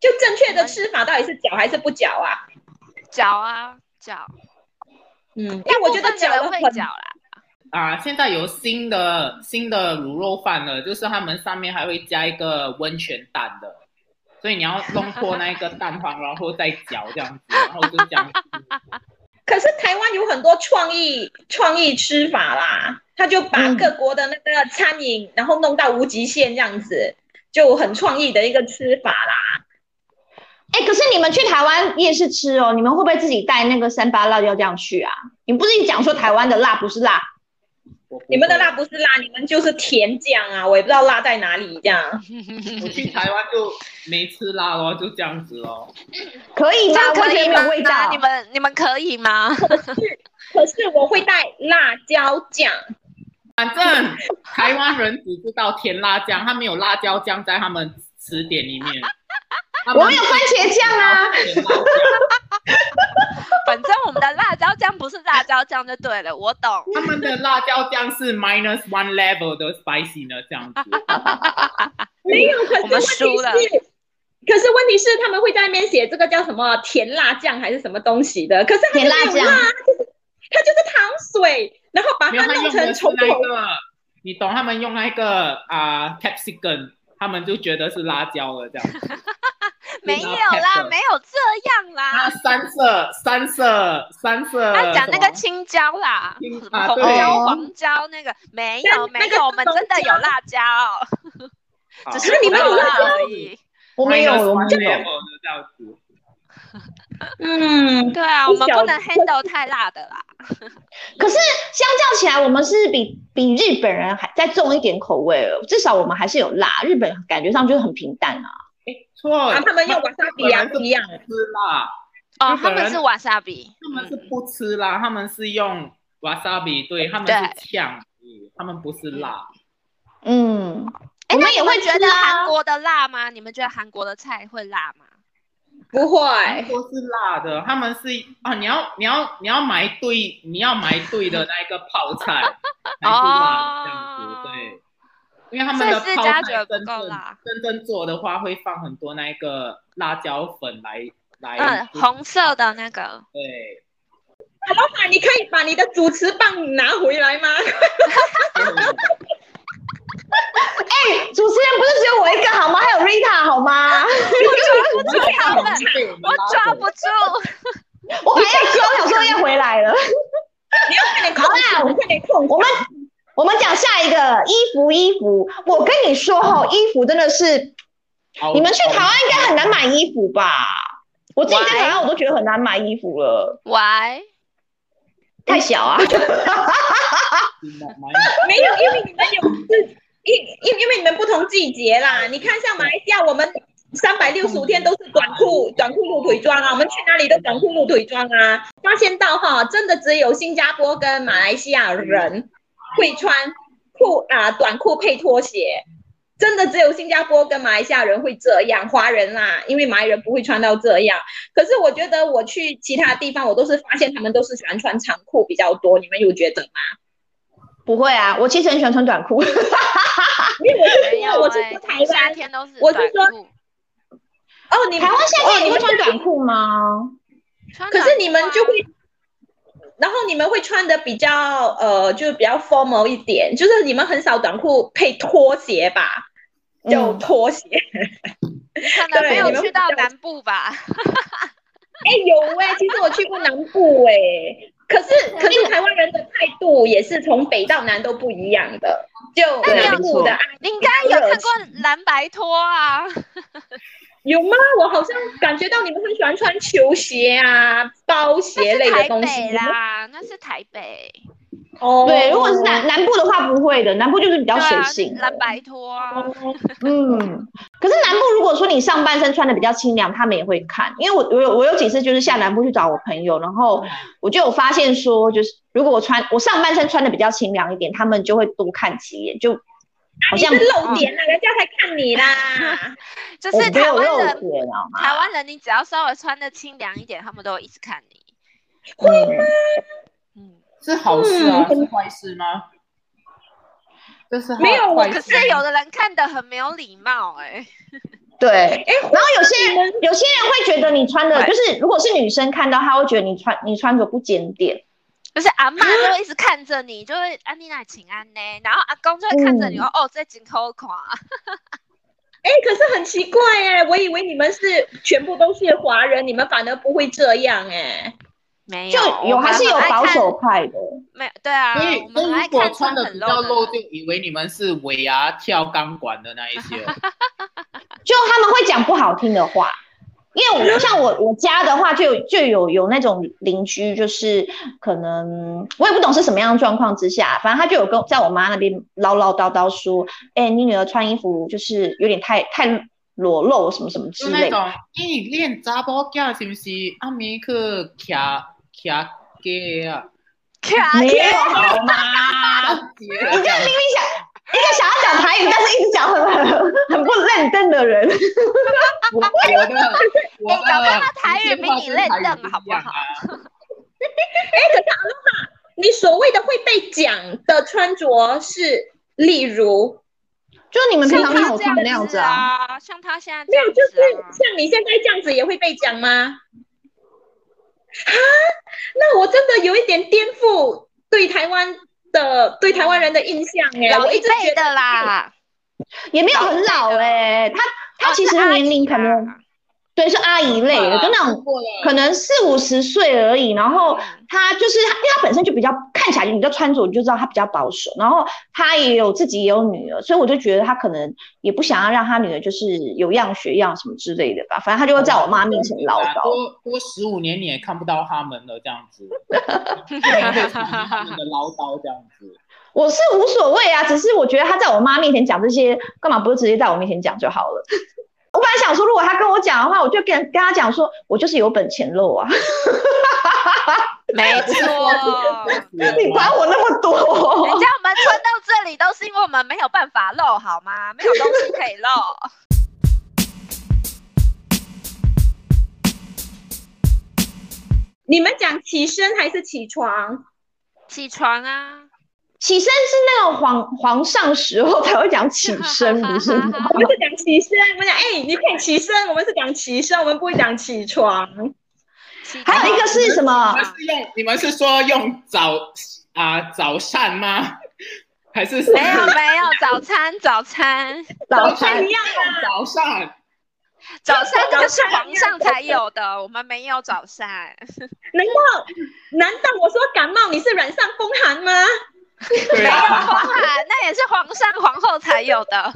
Speaker 4: 就正确的吃法到底是搅还是不搅啊？
Speaker 2: 搅啊搅。
Speaker 4: 嗯，但我觉得
Speaker 2: 搅
Speaker 4: 搅的
Speaker 2: 会
Speaker 4: 很
Speaker 2: 搅啦，
Speaker 3: 啊，现在有新的新的卤肉饭了，就是他们上面还会加一个温泉蛋的，所以你要弄破那一个蛋黄，然后再搅这样子，然后就这样吃。
Speaker 4: 可是台湾有很多创意创意吃法啦，他就把
Speaker 1: 嗯
Speaker 4: 各国的那个餐饮，然后弄到无极限这样子，就很创意的一个吃法啦。
Speaker 1: 哎、可是你们去台湾夜市吃哦，你们会不会自己带那个三八辣椒酱去啊？你不是讲说台湾的辣不是辣？
Speaker 3: 我不
Speaker 4: 你们的
Speaker 3: 会
Speaker 4: 辣不是辣，你们就是甜酱啊，我也不知道辣在哪里这样。
Speaker 3: 我去台湾就没吃辣咯，就这样子咯。
Speaker 1: 可以
Speaker 2: 这
Speaker 1: 吧？完
Speaker 2: 样可以
Speaker 1: 全没
Speaker 2: 吗
Speaker 1: 有味道。
Speaker 2: 你们你们可以吗？
Speaker 4: 可是我会带辣椒酱，
Speaker 3: 反正台湾人只知道甜辣酱，他没有辣椒酱在他们词典里面。他
Speaker 1: 我
Speaker 3: 们
Speaker 1: 们有番茄酱啊，
Speaker 3: 甜辣酱，
Speaker 2: 反正我们的辣椒酱不是辣椒酱就对了，我懂。
Speaker 3: 他们的辣椒酱是 minus one level 的 spicy 呢，这样子。
Speaker 4: 没有，可是
Speaker 2: 我
Speaker 4: 问
Speaker 2: 们
Speaker 4: 题
Speaker 2: 输了
Speaker 4: 是，可是问题是他们会在那边写这个叫什么甜辣酱还是什么东西的，可是它就没有辣
Speaker 1: 甜辣酱
Speaker 4: 它就是它就是糖水，然后把
Speaker 3: 没有，
Speaker 4: 它
Speaker 3: 他
Speaker 4: 弄
Speaker 3: 用的
Speaker 4: 成
Speaker 3: 是
Speaker 4: 重
Speaker 3: 那
Speaker 4: 口
Speaker 3: 个，你懂？他们用那个啊、capsicum，他们就觉得是辣椒了，这样子。
Speaker 2: 没有啦，没有这样
Speaker 3: 那
Speaker 2: 啦。
Speaker 3: 三色、三色、三色。
Speaker 2: 他讲那
Speaker 3: 什
Speaker 2: 个
Speaker 3: 么
Speaker 2: 青椒啦，
Speaker 3: 青
Speaker 2: 什么
Speaker 3: 啊
Speaker 2: 红
Speaker 3: 对
Speaker 2: 椒、
Speaker 1: 哦
Speaker 2: 黄椒那个没
Speaker 4: 但
Speaker 2: 有
Speaker 4: 那
Speaker 2: 没
Speaker 4: 个
Speaker 2: 有，我们
Speaker 4: 红
Speaker 2: 真的有
Speaker 4: 椒
Speaker 2: 辣椒，
Speaker 3: 好
Speaker 2: 只是
Speaker 4: 那你们
Speaker 2: 不
Speaker 4: 有
Speaker 2: 辣
Speaker 4: 辣
Speaker 3: 椒
Speaker 2: 而已。
Speaker 1: 我没有，
Speaker 3: minus
Speaker 1: 我
Speaker 3: one
Speaker 1: 们就
Speaker 3: level 的这样子。
Speaker 4: 嗯，
Speaker 2: 对啊，我们
Speaker 4: 小
Speaker 2: 不能 handle 太辣的啦。
Speaker 1: 可是相较起来，我们是比比日本人还再重一点口味了，至少我们还是有辣。日本感觉上就是很平淡啊。
Speaker 3: 哎，错
Speaker 4: 然
Speaker 3: 了，
Speaker 4: 后他们用瓦萨比啊
Speaker 3: 日本人是
Speaker 4: 不一样，
Speaker 3: 不吃辣，
Speaker 2: 哦，他
Speaker 3: 日本
Speaker 2: 们
Speaker 3: 人
Speaker 2: 是瓦萨比，嗯
Speaker 3: 他们是不吃辣，他们是用 wasabi，对他们
Speaker 2: 对
Speaker 3: 是呛而已，他们不是辣。
Speaker 1: 嗯，
Speaker 2: 哎，
Speaker 1: 我
Speaker 2: 那
Speaker 1: 们
Speaker 2: 你
Speaker 1: 也会
Speaker 2: 们觉得
Speaker 1: 吃啊
Speaker 2: 韩国的辣吗？你们觉得韩国的菜会辣吗？
Speaker 4: 不
Speaker 3: 韩
Speaker 4: 会。
Speaker 3: 国是辣的，他们是啊，你要你要你要买对，你要买对的那一个泡菜才是辣的这样
Speaker 2: 哦
Speaker 3: 子，对。因为他
Speaker 2: 所
Speaker 3: 们
Speaker 2: 以
Speaker 3: 的
Speaker 2: 四
Speaker 3: 泡
Speaker 2: 家
Speaker 3: 菜
Speaker 2: 觉得不
Speaker 3: 真
Speaker 2: 够
Speaker 3: 正
Speaker 2: 辣。
Speaker 3: 真正做的话，会放很多那一个辣椒粉来来。
Speaker 2: 嗯，红色的那个。
Speaker 3: 对。
Speaker 4: 老板，你可以把你的主持棒拿回来吗？
Speaker 3: 对
Speaker 1: 哎、主持人不是只有我一个好吗？还有 Rita 好吗？
Speaker 3: 我们
Speaker 2: 住他们
Speaker 3: 被我们
Speaker 2: 我
Speaker 3: 拉
Speaker 2: 抓
Speaker 3: 走
Speaker 2: 不住，
Speaker 1: 我本来要装，想说要回来了。
Speaker 4: 你要快点控
Speaker 1: 好啦
Speaker 4: 制，快点控制
Speaker 1: 我。们我们讲下一个衣服，衣服，我跟你说哦，衣服真的是你们去台湾应该很难买衣服吧？我自己在台湾我都觉得很难买衣服了，
Speaker 2: 喂，
Speaker 1: 太小 啊。
Speaker 4: 没有，因为你们有自因因因为你们不同季节啦。你看，像马来西亚，我们三百六十五天都是短裤、短裤、露腿装啊，我们去哪里都短裤、露腿装啊。发现到哈，真的只有新加坡跟马来西亚人会穿裤啊、短裤配拖鞋。真的只有新加坡跟马来西亚人会这样，华人啦、因为马来人不会穿到这样。可是我觉得我去其他地方，我都是发现他们都是喜欢穿长裤比较多。你们有觉得吗？
Speaker 1: 不会啊，我其实很喜欢穿短裤。
Speaker 4: 因为我是
Speaker 2: 没
Speaker 4: 因为
Speaker 2: 有
Speaker 4: 我是
Speaker 2: 哎、
Speaker 4: 说台湾
Speaker 2: 夏天都是
Speaker 4: 我
Speaker 2: 短
Speaker 4: 是说
Speaker 2: 裤，
Speaker 4: 哦，你们
Speaker 1: 台湾夏
Speaker 4: 哦
Speaker 1: 天你
Speaker 4: 你
Speaker 1: 会
Speaker 4: 们
Speaker 1: 穿短裤吗？
Speaker 2: 穿
Speaker 4: 啊可
Speaker 2: 短
Speaker 4: 是你
Speaker 2: 裤
Speaker 4: 们
Speaker 2: 啊
Speaker 4: 就会，然后你们会穿的比较呃，就是比较 formal 一点，就是你们很少短裤配拖鞋吧？就
Speaker 1: 嗯
Speaker 4: 拖 鞋，
Speaker 2: 可能
Speaker 4: 对
Speaker 2: 没
Speaker 4: 你
Speaker 2: 有
Speaker 4: 们
Speaker 2: 去
Speaker 4: 会
Speaker 2: 到
Speaker 4: 比较
Speaker 2: 南部吧？
Speaker 4: 哎、有哎、其实我去过南部哎、可是可是台湾人的态度也是从北到南都不一样的，就
Speaker 2: 对
Speaker 4: 南
Speaker 2: 没
Speaker 4: 部
Speaker 2: 错
Speaker 4: 的啊
Speaker 2: 你应该有看过蓝白拖啊？
Speaker 4: 有吗？我好像感觉到你们很喜欢穿球鞋啊、包鞋
Speaker 2: 那
Speaker 4: 类
Speaker 2: 是
Speaker 4: 的
Speaker 2: 台
Speaker 4: 东西
Speaker 2: 北啦，那是台北。
Speaker 4: 哦，
Speaker 1: 对，如果是南南部的话不会的，南部就是比较随性
Speaker 2: 对啊，蓝白拖啊。
Speaker 4: 哦
Speaker 1: 嗯，可是南部如果说你上半身穿的比较清凉，他们也会看，因为我我有我有几次就是下南部去找我朋友，然
Speaker 2: 嗯
Speaker 1: 后我就有发现说，就是如果我穿我上半身穿的比较清凉一点，他们就会多看几眼，就好
Speaker 4: 你
Speaker 1: 像
Speaker 4: 是露点啊，人家才看你 啦。
Speaker 1: 我
Speaker 2: 就是
Speaker 1: 没
Speaker 2: 台
Speaker 1: 有
Speaker 2: 湾
Speaker 1: 露
Speaker 2: 人，
Speaker 1: 点啊，
Speaker 2: 台湾人，你只要稍微穿的清凉一点，他们都会一直看你。
Speaker 1: 会
Speaker 2: 嗯，
Speaker 3: 是好事啊，
Speaker 4: 嗯
Speaker 3: 是坏事吗？这是坏
Speaker 4: 没有我
Speaker 3: 坏
Speaker 2: 可
Speaker 3: 事吗
Speaker 2: 是有的人看的很没有礼貌哎、
Speaker 1: 对，然后有些
Speaker 4: 你们
Speaker 1: 人有些人会觉得你穿的
Speaker 2: 对
Speaker 1: 就是如果是女生看到，她会觉得你穿你穿着不检点，
Speaker 2: 就是阿妈就会一直看着你，就会安妮娜请安呢，然后阿公就会看着你
Speaker 1: 嗯
Speaker 2: 说、哦，这紧扣款，
Speaker 4: 哎、可是很奇怪哎、我以为你们是全部都是华人，你们反而不会这样哎、
Speaker 2: 没
Speaker 1: 就有
Speaker 2: 我们
Speaker 1: 还是有
Speaker 2: 很爱
Speaker 1: 保
Speaker 2: 看
Speaker 1: 守派的，
Speaker 2: 没有对啊，
Speaker 3: 所以
Speaker 2: 我，们很
Speaker 3: 那
Speaker 2: 爱
Speaker 3: 如果
Speaker 2: 看
Speaker 3: 穿的
Speaker 2: 很
Speaker 3: 比较露，
Speaker 2: 的
Speaker 3: 就以为你们是尾牙跳钢管的那一些。
Speaker 1: 就他们会讲不好听的话。因为我像我我家的话就，就有有那种邻居，就是可能我也不懂是什么样的状况之下，反正他就有跟在我妈那边唠唠叨叨说，哎、你女儿穿衣服就是有点太太裸露什么什么之
Speaker 3: 就那
Speaker 1: 类的。
Speaker 3: 种，因为练查甫囝是不啊是暗暝去徛徛街啊？
Speaker 1: 没
Speaker 2: 看
Speaker 1: 有
Speaker 2: 天
Speaker 1: 好吗？
Speaker 3: 你
Speaker 1: 你这明明想一个想要讲台语，但是一直讲很很 很不认真的人。
Speaker 3: 我我的我
Speaker 2: 哎搞
Speaker 3: 呃
Speaker 2: 不好
Speaker 3: 的
Speaker 2: 他台语比你认
Speaker 3: 真
Speaker 2: 真好不好？
Speaker 4: 你所谓的会被讲的穿着是，例如
Speaker 1: 就是你们平
Speaker 2: 像
Speaker 1: 常看我穿
Speaker 2: 他
Speaker 1: 的那
Speaker 2: 这
Speaker 1: 样
Speaker 2: 样
Speaker 1: 子
Speaker 2: 子
Speaker 1: 啊，
Speaker 2: 啊，像他现在这
Speaker 4: 没有，
Speaker 2: 样
Speaker 4: 就是
Speaker 2: 子啊，
Speaker 4: 像你现在这样子也会被讲吗？啊，那我真的有一点颠覆对台湾的对台湾人的印象哎，
Speaker 2: 老
Speaker 4: 我
Speaker 2: 一
Speaker 4: 一直
Speaker 2: 辈
Speaker 4: 觉得
Speaker 2: 的啦，
Speaker 1: 也没有很老哎、他啊他
Speaker 2: 哦
Speaker 1: 其
Speaker 2: 是
Speaker 1: 实啊
Speaker 2: 阿
Speaker 1: 年龄
Speaker 2: 姨
Speaker 1: 可
Speaker 2: 啦
Speaker 1: 能对是阿姨类的，就那种可能四五十岁而已，然后
Speaker 2: 嗯
Speaker 1: 他就是因为他本身就比较看起来，你就穿着你就知道他比较保守，然后他也有自己也有女儿，所以我就觉得他可能也不想要让他女儿就是有样学样什么之类的吧，反正他就会在我妈面前唠叨。
Speaker 3: 啊多多十五年你也看不到他们了，这样 子，他们的唠叨这样子。
Speaker 1: 我是无所谓啊，只是我觉得他在我妈面前讲这些，干嘛不是直接在我面前讲就好了？我本来想说，如果他跟我讲的话，我就跟跟他讲说，我就是有本钱漏啊，
Speaker 2: 没错。
Speaker 1: 你管我那么多？
Speaker 2: 人家我们穿到这里都是因为我们没有办法露，好吗？没有东西可以露。
Speaker 4: 你们讲起身还是起床？
Speaker 2: 起床啊！
Speaker 1: 起身是那种皇皇上时候才会讲起身，不是吗？
Speaker 4: 我们是讲起身，我们讲哎、你可以起身，我们是讲起身，我们不会讲起床。
Speaker 2: 起床
Speaker 1: 还有一个是什么
Speaker 3: 你？们是用你们是说用早啊早膳吗？还是
Speaker 2: 没
Speaker 1: 啊
Speaker 2: 有没有早餐早餐
Speaker 1: 早
Speaker 3: 早餐
Speaker 1: 餐
Speaker 4: 一样
Speaker 3: 早膳？
Speaker 2: 早餐可是皇上才有的，我们没有早餐。
Speaker 4: 难道难道我说感冒你是染上风寒吗？
Speaker 3: 对
Speaker 2: 没有
Speaker 3: 啊，
Speaker 2: 皇寒，那也是皇上皇后才有的。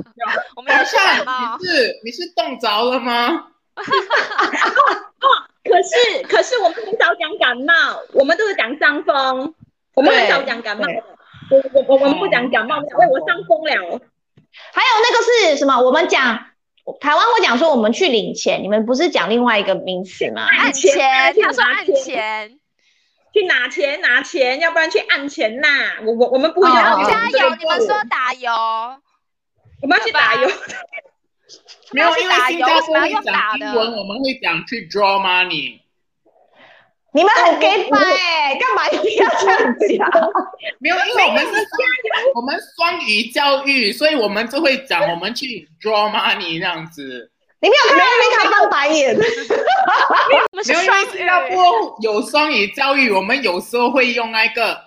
Speaker 2: 我们
Speaker 3: 早
Speaker 2: 也是感冒
Speaker 3: 膳，你是你是冻着了吗？
Speaker 4: 可 是可是我们很少讲感冒，我们都是讲伤风，我们很少讲感冒
Speaker 1: 对。哦
Speaker 4: 我我我我们不讲感冒，喂，我伤风了。
Speaker 1: 还有那个是什么？我们讲台湾会讲说我们去领钱，你们不是讲另外一个名词吗？
Speaker 2: 按钱，他说按钱，
Speaker 4: 去拿钱拿钱，要不然去按钱呐。我我我们不会
Speaker 2: 然
Speaker 4: 讲
Speaker 2: 后
Speaker 1: 哦
Speaker 2: 加
Speaker 4: 这
Speaker 2: 油，
Speaker 4: 个
Speaker 2: 你们说打油，
Speaker 4: 我们要去打油，
Speaker 3: 没有，
Speaker 2: 去
Speaker 3: 因为
Speaker 2: 打
Speaker 3: 新
Speaker 2: 油，
Speaker 3: 加
Speaker 2: 为什
Speaker 3: 坡
Speaker 2: 么要
Speaker 3: 会
Speaker 2: 用打
Speaker 3: 讲英文，
Speaker 2: 的？
Speaker 3: 我们会讲去 draw money。
Speaker 1: 你们很 gay 吧？哎，干嘛一定要这样讲？
Speaker 3: 没有，因为我们是 我们双语教育，所以我们就会讲我们去 draw money 这样子。
Speaker 1: 你没有看到丽卡翻白眼，
Speaker 2: 我们
Speaker 3: 没
Speaker 2: 是
Speaker 3: 有，因
Speaker 2: 双
Speaker 3: 为新
Speaker 2: 语，
Speaker 3: 加坡有双语教育，我们有时候会用那个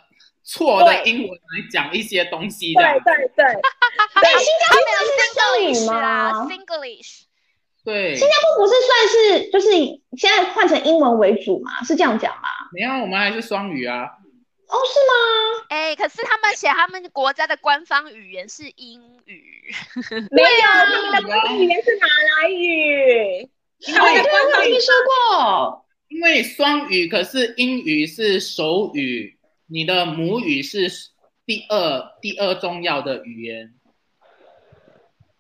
Speaker 3: 错的英文来讲一些东西的。
Speaker 4: 对对对，
Speaker 1: 哎，新加坡
Speaker 2: 他
Speaker 1: 没有
Speaker 2: 们有
Speaker 1: 英
Speaker 2: Singlish
Speaker 1: 语
Speaker 2: 啊
Speaker 1: 吗？
Speaker 2: ，Singlish。
Speaker 3: 对，
Speaker 1: 新加坡不是算是就是现在换成英文为主嘛？是这样讲吗？
Speaker 3: 没有，我们还是双语啊。
Speaker 1: 哦，是吗？
Speaker 2: 哎、可是他们写他们国家的官方语言是英语，
Speaker 4: 没有，他们的
Speaker 3: 对啊
Speaker 4: 语言是马来语。
Speaker 3: 因
Speaker 1: 哦，对，
Speaker 3: 为
Speaker 1: 我有听说过。
Speaker 3: 因为双语，可是英语是首语，你的母语是第二第二重要的语言，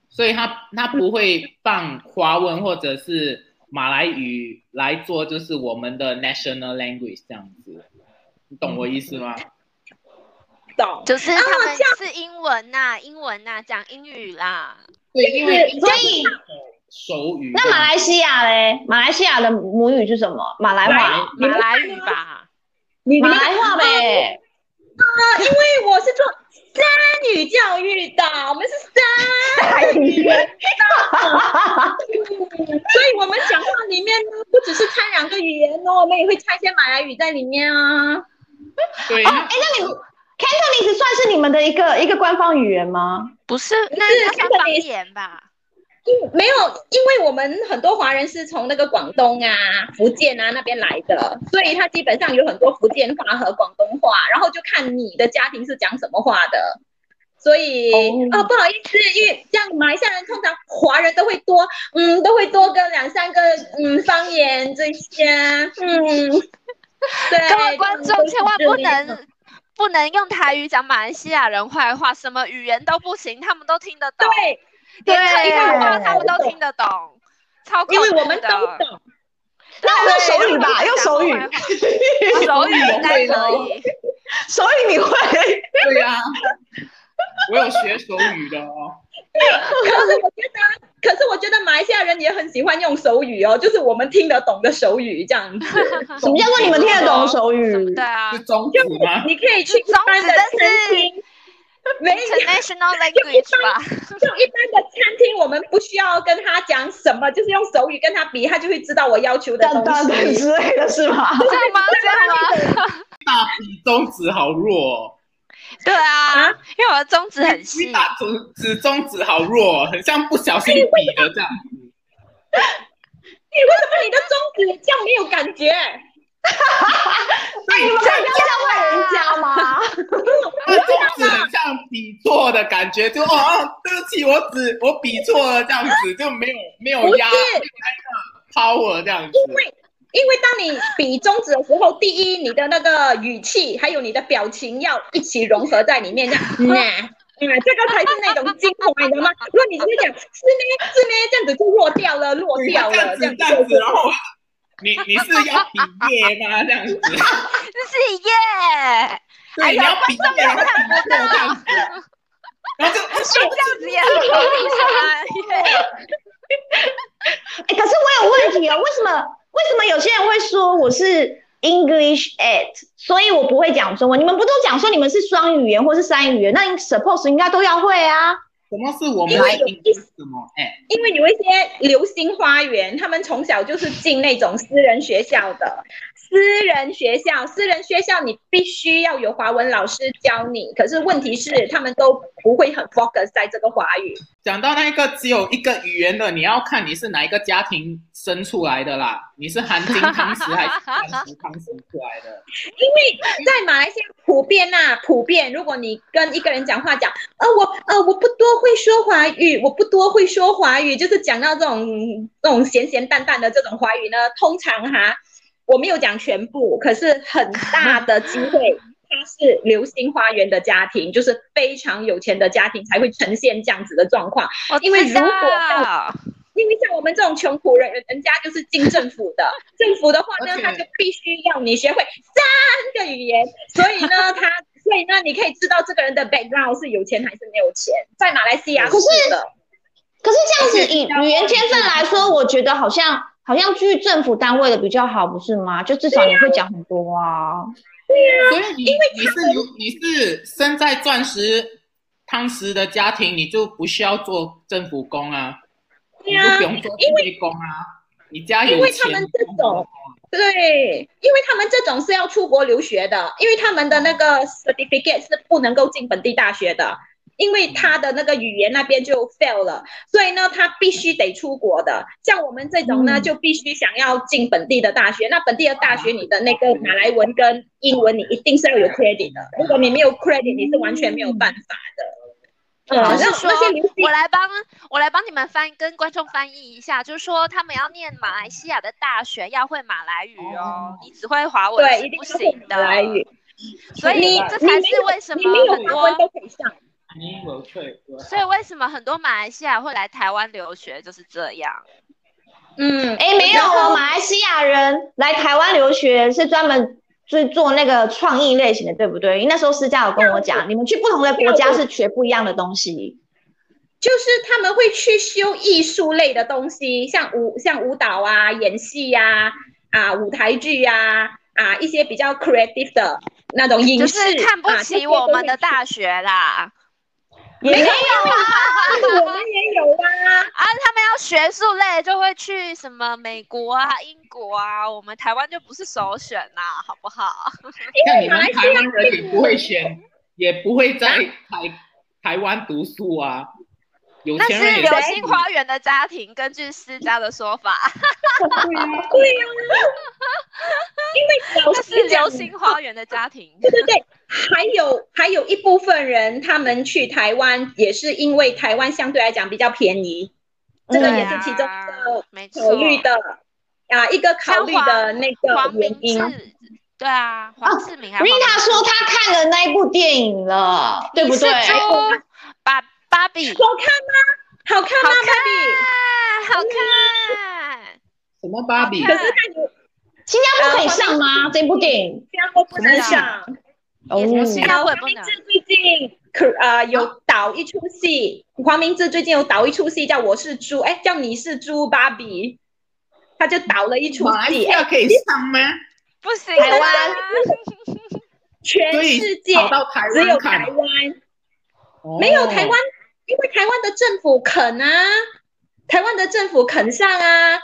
Speaker 3: 所以他他不会放华文或者是马来语来做，就是我们的 national language 这样子，你懂我意思吗？
Speaker 4: 懂，
Speaker 2: 就是他们
Speaker 4: 这
Speaker 2: 是英文呐、英文呐、讲英语啦。
Speaker 3: 对，因为英语
Speaker 1: 所以
Speaker 3: 是首语。
Speaker 1: 那马来西亚嘞？马来西亚的母语是什么？马来话，
Speaker 2: 马来语吧，
Speaker 4: 你
Speaker 1: 马
Speaker 4: 们
Speaker 1: 来话呗。
Speaker 4: 啊，因为我是做三语教育的，我们是三语，所以我们讲话里面呢，不只是掺两个语言哦，我们也会掺一些马来语在里面啊。
Speaker 3: 对，
Speaker 1: 哎，那你们 Cantonese 算是你们的一个一个官方语言吗？
Speaker 2: 不是，那那
Speaker 4: 是
Speaker 2: 算
Speaker 4: 这个
Speaker 2: 方
Speaker 4: 意思
Speaker 2: 言吧？
Speaker 4: 因没有，因为我们很多华人是从那个广东啊、福建啊那边来的，所以他基本上有很多福建话和广东话，然后就看你的家庭是讲什么话的。所以
Speaker 1: 哦
Speaker 4: 啊、不好意思，因为这样马来西亚人通常华人都会多，嗯，都会多个两三个嗯方言这些，嗯，对，
Speaker 2: 各位观众千万不
Speaker 4: 就是
Speaker 2: 能不能用台语讲马来西亚人坏话，什么语言都不行，他们都听得懂，
Speaker 4: 对，
Speaker 2: 连
Speaker 1: 对
Speaker 2: 客家话他们都听得懂，超恐
Speaker 4: 因为我
Speaker 2: 怖
Speaker 4: 们都
Speaker 2: 的
Speaker 4: 懂。
Speaker 1: 那我用手语吧，
Speaker 4: 哎
Speaker 2: 对
Speaker 1: 用手语，
Speaker 2: 手语应该可
Speaker 3: 手
Speaker 2: 以。
Speaker 1: 手语你会？
Speaker 3: 对呀、啊我有学手语的哦。
Speaker 4: 可是我觉得，可是我觉得马来西亚人也很喜欢用手语哦，就是我们听得懂的手语这样子。
Speaker 1: 什么叫做你们听得懂手语？
Speaker 2: 对啊
Speaker 3: 是中指吗？
Speaker 4: 你可以去一般的餐厅，没有
Speaker 2: ，international language 吧？
Speaker 4: 就一般的餐厅，我们不需要跟他讲什么，就是用手语跟他比，他就会知道我要求的
Speaker 1: 等
Speaker 4: 东
Speaker 1: 等等
Speaker 4: 西。
Speaker 1: 之类的是吗？
Speaker 2: 这样吗？这样吗？
Speaker 3: 大比中指好弱、哦，
Speaker 2: 对啊，因为我的中指很
Speaker 3: 你
Speaker 2: 细，
Speaker 3: 打指指中指好弱、哦，很像不小心比的这样子。
Speaker 4: 你为什么你的中指这样没有感觉？哎
Speaker 1: 你们可以不要这样问人家吗？
Speaker 3: 哎那中指很像比错的感觉，就哦哦，对不起，我指我比错了这样子，就没有没有
Speaker 4: 啊不是
Speaker 3: 压没有那个 power 这样子。
Speaker 4: 因为当你比中指的时候，第一，你的那个语气还有你的表情要一起融合在里面，这样， 嗯啊，嗯啊这个才是那种精华，你知道吗？如果你直接讲是呢是呢，这样子就弱掉了，弱
Speaker 3: 你
Speaker 4: 掉
Speaker 3: 会这样
Speaker 4: 了，这
Speaker 3: 子
Speaker 4: 样
Speaker 3: 这样
Speaker 4: 子
Speaker 3: 子，然后你你是要比耶吗？这样 子，
Speaker 2: 这是耶，
Speaker 3: 对，你要比耶，然后比错
Speaker 4: 哎
Speaker 3: 这样子，然后就
Speaker 2: 这样子也很好听啊耶。
Speaker 1: 哎，可是我有问题哦，为什么为什么有些人会说我是 English at，所以我不会讲中文？你们不都讲说你们是双语言或是三语言？那你 suppose 应该都要会啊。
Speaker 3: 什么是我们
Speaker 4: 因为有
Speaker 3: 英语是什么？哎、
Speaker 4: 因为有一些流星花园，他们从小就是进那种私人学校的。私人学校，私人学校你必须要有华文老师教你，可是问题是他们都不会很 focus 在这个华语。
Speaker 3: 讲到那个只有一个语言的，你要看你是哪一个家庭生出来的啦，你是含金汤匙还是含石汤匙出来 的？
Speaker 4: 因为 在马来西亚普遍呐、普遍，如果你跟一个人讲话讲，呃，我呃我不多会说华语，我不多会说华语，就是讲到这种这种咸咸淡淡的这种华语呢，通常哈，我没有讲全部，可是很大的机会。他是流星花园的家庭，就是非常有钱的家庭才会呈现这样子的状况。
Speaker 2: 我
Speaker 4: 因为
Speaker 2: 知
Speaker 4: 如果
Speaker 2: 道
Speaker 4: 因为像我们这种穷苦人，人人家就是进政府的，政府的话
Speaker 3: 而
Speaker 4: 呢，
Speaker 3: 且
Speaker 4: 他就必须要你学会三个语言，所以呢，他所以呢，你可以知道这个人的 background 是有钱还是没有钱，在马来西亚
Speaker 1: 可是
Speaker 4: 的，
Speaker 1: 可是这样子以语言天分来说，我觉得好像好像去政府单位的比较好，不是吗？就至少你会讲很多啊。
Speaker 3: 所以你你是有你是生在钻石汤匙的家庭，你就不需要做政府工啊。
Speaker 4: 对啊
Speaker 3: 你就不用做清洁工啊，你家有
Speaker 4: 因为他
Speaker 3: 钱
Speaker 4: 们这种对，因为他们这种是要出国留学的，因为他们的那个 certificate 是不能够进本地大学的，因为他的那个语言那边就 fail 了，所以呢，他必须得出国的。像我们这种呢，
Speaker 1: 嗯
Speaker 4: 就必须想要进本地的大学。那本地的大学，你的那个马来文跟英文，你一定是要有啊 credit 的。如果你没
Speaker 2: 嗯
Speaker 4: 有 credit，你是完全没有办法的。
Speaker 2: 老
Speaker 4: 呃，
Speaker 2: 师
Speaker 4: 那
Speaker 2: 说
Speaker 4: 那些留学
Speaker 2: 我来帮我来帮你们翻跟观众翻译一下，就是说他们要念马来西亚的大学要会马来语哦，你只会华文
Speaker 4: 对，
Speaker 2: 是
Speaker 4: 一定
Speaker 2: 不
Speaker 4: 是会
Speaker 2: 行的。
Speaker 4: 马来语，
Speaker 2: 所以
Speaker 4: 你
Speaker 2: 这
Speaker 4: 你
Speaker 2: 才
Speaker 4: 没
Speaker 2: 是
Speaker 4: 有
Speaker 2: 为什
Speaker 4: 你没有
Speaker 2: 么很
Speaker 4: 华文
Speaker 2: 多，
Speaker 4: 都可以上。
Speaker 3: 你有退哥，
Speaker 2: 所以为什么很多马来西亚会来台湾留学就是这样。
Speaker 4: 嗯，
Speaker 1: 哎，没有
Speaker 4: 然后
Speaker 1: 哦，马来西亚人来台湾留学是专门是做那个创意类型的，对不对？因为那时候私家有跟我讲，你们去不同的国家是学不一样的东西。
Speaker 4: 就是他们会去修艺术类的东西，像舞、像舞蹈啊、演戏呀、啊、舞台剧呀、啊、一些比较 creative 的那种影
Speaker 2: 就
Speaker 4: 视，
Speaker 2: 是看不
Speaker 4: 啊
Speaker 2: 起我们的。
Speaker 4: 这些
Speaker 2: 大学啦，
Speaker 1: 也没有
Speaker 4: 都会去我们也有啊，
Speaker 2: 啊，他们要学术类就会去什么美国啊、英国啊，我们台湾就不是首选呐、好不好？
Speaker 4: 因
Speaker 3: 像
Speaker 4: 为
Speaker 3: 你
Speaker 4: 马
Speaker 3: 们
Speaker 4: 来
Speaker 3: 台
Speaker 4: 西亚
Speaker 3: 湾人也不会选，也不会
Speaker 4: 啊
Speaker 3: 在台台湾读书啊，有
Speaker 2: 那
Speaker 3: 钱人
Speaker 2: 是
Speaker 3: 也不
Speaker 2: 流
Speaker 3: 会
Speaker 2: 星花园的家庭，根据私家的说 法，
Speaker 3: 对啊，
Speaker 4: 对呀、因为老
Speaker 2: 那
Speaker 4: 师
Speaker 2: 是
Speaker 4: 讲
Speaker 2: 流星花园的家庭。
Speaker 4: 对对对，还有还有一部分人，他们去台湾也是因为台湾相对来讲比较便宜， 这个也是其中一个
Speaker 2: 啊没错
Speaker 4: 考虑的啊，一个考虑的那个
Speaker 2: 黄
Speaker 4: 原
Speaker 2: 明
Speaker 4: 因。哦
Speaker 2: 志，对啊，黄志明还是黄明
Speaker 1: Rita 说她看了那一部电影了，对不
Speaker 2: 志
Speaker 1: 对？
Speaker 2: 是猪把芭比，
Speaker 4: 好看吗？好看吗？
Speaker 2: 好看
Speaker 4: 芭
Speaker 2: 好看，
Speaker 3: 什么芭比
Speaker 2: 好
Speaker 4: 比，
Speaker 2: 看
Speaker 4: 可是他有
Speaker 1: 新加坡可以上 吗？这部电影？
Speaker 4: 新加坡不能上。
Speaker 2: 也
Speaker 1: 哦
Speaker 2: 是新加
Speaker 4: 然后
Speaker 2: 坡也
Speaker 4: 黄
Speaker 2: 不
Speaker 4: 明
Speaker 2: 能
Speaker 4: 志最近可呃有导一出戏，黄明志最近有导一出戏叫《我是猪》，哎，叫《你是猪芭比》，他就导了一出
Speaker 3: 马来西
Speaker 4: 戏，哎
Speaker 3: 亚可以上吗？
Speaker 2: 不行，啊
Speaker 1: 台湾
Speaker 4: 全
Speaker 3: 所以
Speaker 4: 世界
Speaker 3: 跑到台
Speaker 4: 只
Speaker 3: 湾
Speaker 4: 有
Speaker 3: 看
Speaker 4: 台
Speaker 3: 哦，
Speaker 4: 湾
Speaker 3: 哦
Speaker 4: 没有台湾，因为台湾的政府肯啊，台湾的政府肯上啊。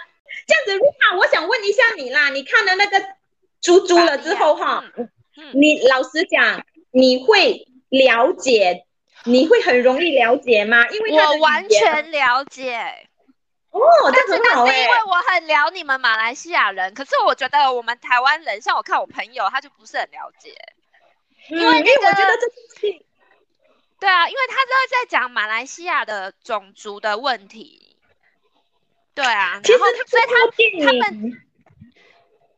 Speaker 4: 这样子，Rita，我想问一下你啦，你看了那个猪猪了之后哈，
Speaker 2: 嗯
Speaker 4: 你老实讲，你会了解，你会很容易了解吗？因为它的
Speaker 2: 我
Speaker 4: 语
Speaker 2: 完
Speaker 4: 言
Speaker 2: 全了解，
Speaker 4: 哦，
Speaker 2: 但
Speaker 4: 这
Speaker 2: 是
Speaker 4: 很好
Speaker 2: 那是
Speaker 4: 哎、
Speaker 2: 因为我很聊你们马来西亚人，可是我觉得我们台湾人，像我看我朋友，他就不是很了解。因
Speaker 4: 嗯
Speaker 2: 为那
Speaker 4: 因为我
Speaker 2: 个
Speaker 4: 觉得这东西
Speaker 2: 对啊，因为他都在讲马来西亚的种族的问题。对啊，
Speaker 4: 其
Speaker 2: 然
Speaker 4: 实
Speaker 2: 后所以他
Speaker 4: 它电
Speaker 2: 他
Speaker 4: 影
Speaker 2: 们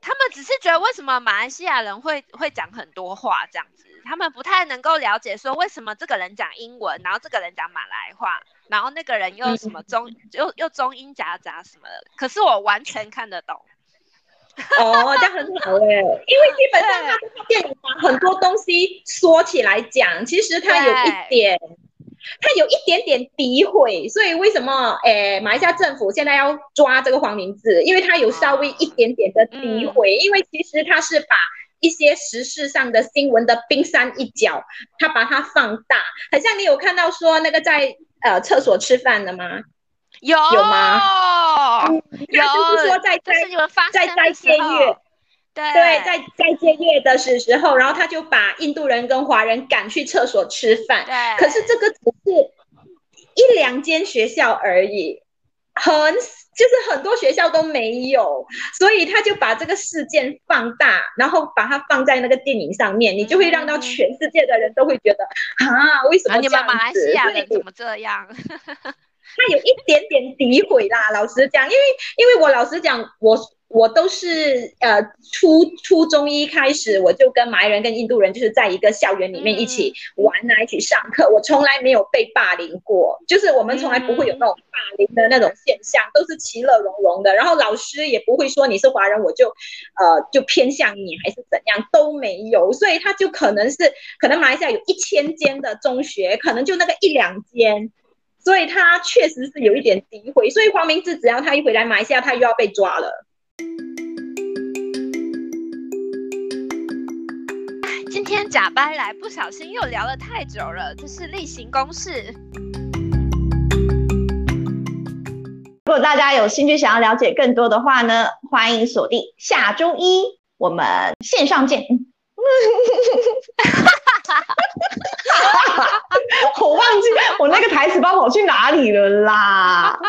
Speaker 2: 他们只是觉得为什么马来西亚人会会讲很多话这样子，他们不太能够了解说为什么这个人讲英文，然后这个人讲马来话，然后那个人又什么中、又又中英夹杂什么的。可是我完全看得懂，
Speaker 4: 哦，这样很好哎、因为基本上它这个电影把很多东西说起来讲，其实它有一点，它有一点点诋毁，所以为什么诶、马来西亚政府现在要抓这个黄明志，因为他有稍微一点点的诋毁，因为其实他是把。一些时事上的新闻的冰山一角，他把它放大，很像你有看到说那个在呃厕所吃饭的吗？
Speaker 2: 有
Speaker 4: 有吗
Speaker 2: 有
Speaker 4: 他就是说在
Speaker 2: 就是你们发
Speaker 4: 在
Speaker 2: 现
Speaker 4: 在
Speaker 2: 的时
Speaker 4: 监
Speaker 2: 候
Speaker 4: 狱
Speaker 2: 对
Speaker 4: 对，在在借阅的时时候，然后他就把印度人跟华人赶去厕所吃饭。
Speaker 2: 对，
Speaker 4: 可是这个只是一两间学校而已，很就是很多学校都没有，所以他就把这个事件放大，然后把它放在那个电影上面，你就会让到
Speaker 2: 嗯
Speaker 4: 全世界的人都会觉得啊，为什
Speaker 2: 啊
Speaker 4: 么
Speaker 2: 你
Speaker 4: 这样
Speaker 2: 们
Speaker 4: 子？
Speaker 2: 马来西亚人
Speaker 4: 所以
Speaker 2: 怎么这样？
Speaker 4: 他有一点点诋毁啦。老实讲，因为因为我老实讲，我我都是呃初初中一开始，我就跟马来人跟印度人就是在一个校园里面
Speaker 2: 嗯
Speaker 4: 一起玩啊，一起上课，我从来没有被霸凌过，就是我们从来不会有那种霸凌的那种现象，都是其乐融融的。然后老师也不会说你是华人，我就呃就偏向你还是怎样都没有，所以他就可能是可能马来西亚有一千间的中学，可能就那个一两间。所以他确实是有一点诋毁，所以黄明志只要他一回来马来西亚，他又要被抓了。
Speaker 2: 今天假掰来不小心又聊了太久了，这是例行公事。
Speaker 1: 如果大家有兴趣想要了解更多的话呢，欢迎锁定下周一我们线上见。 我忘记我那个台词包跑去哪里了啦。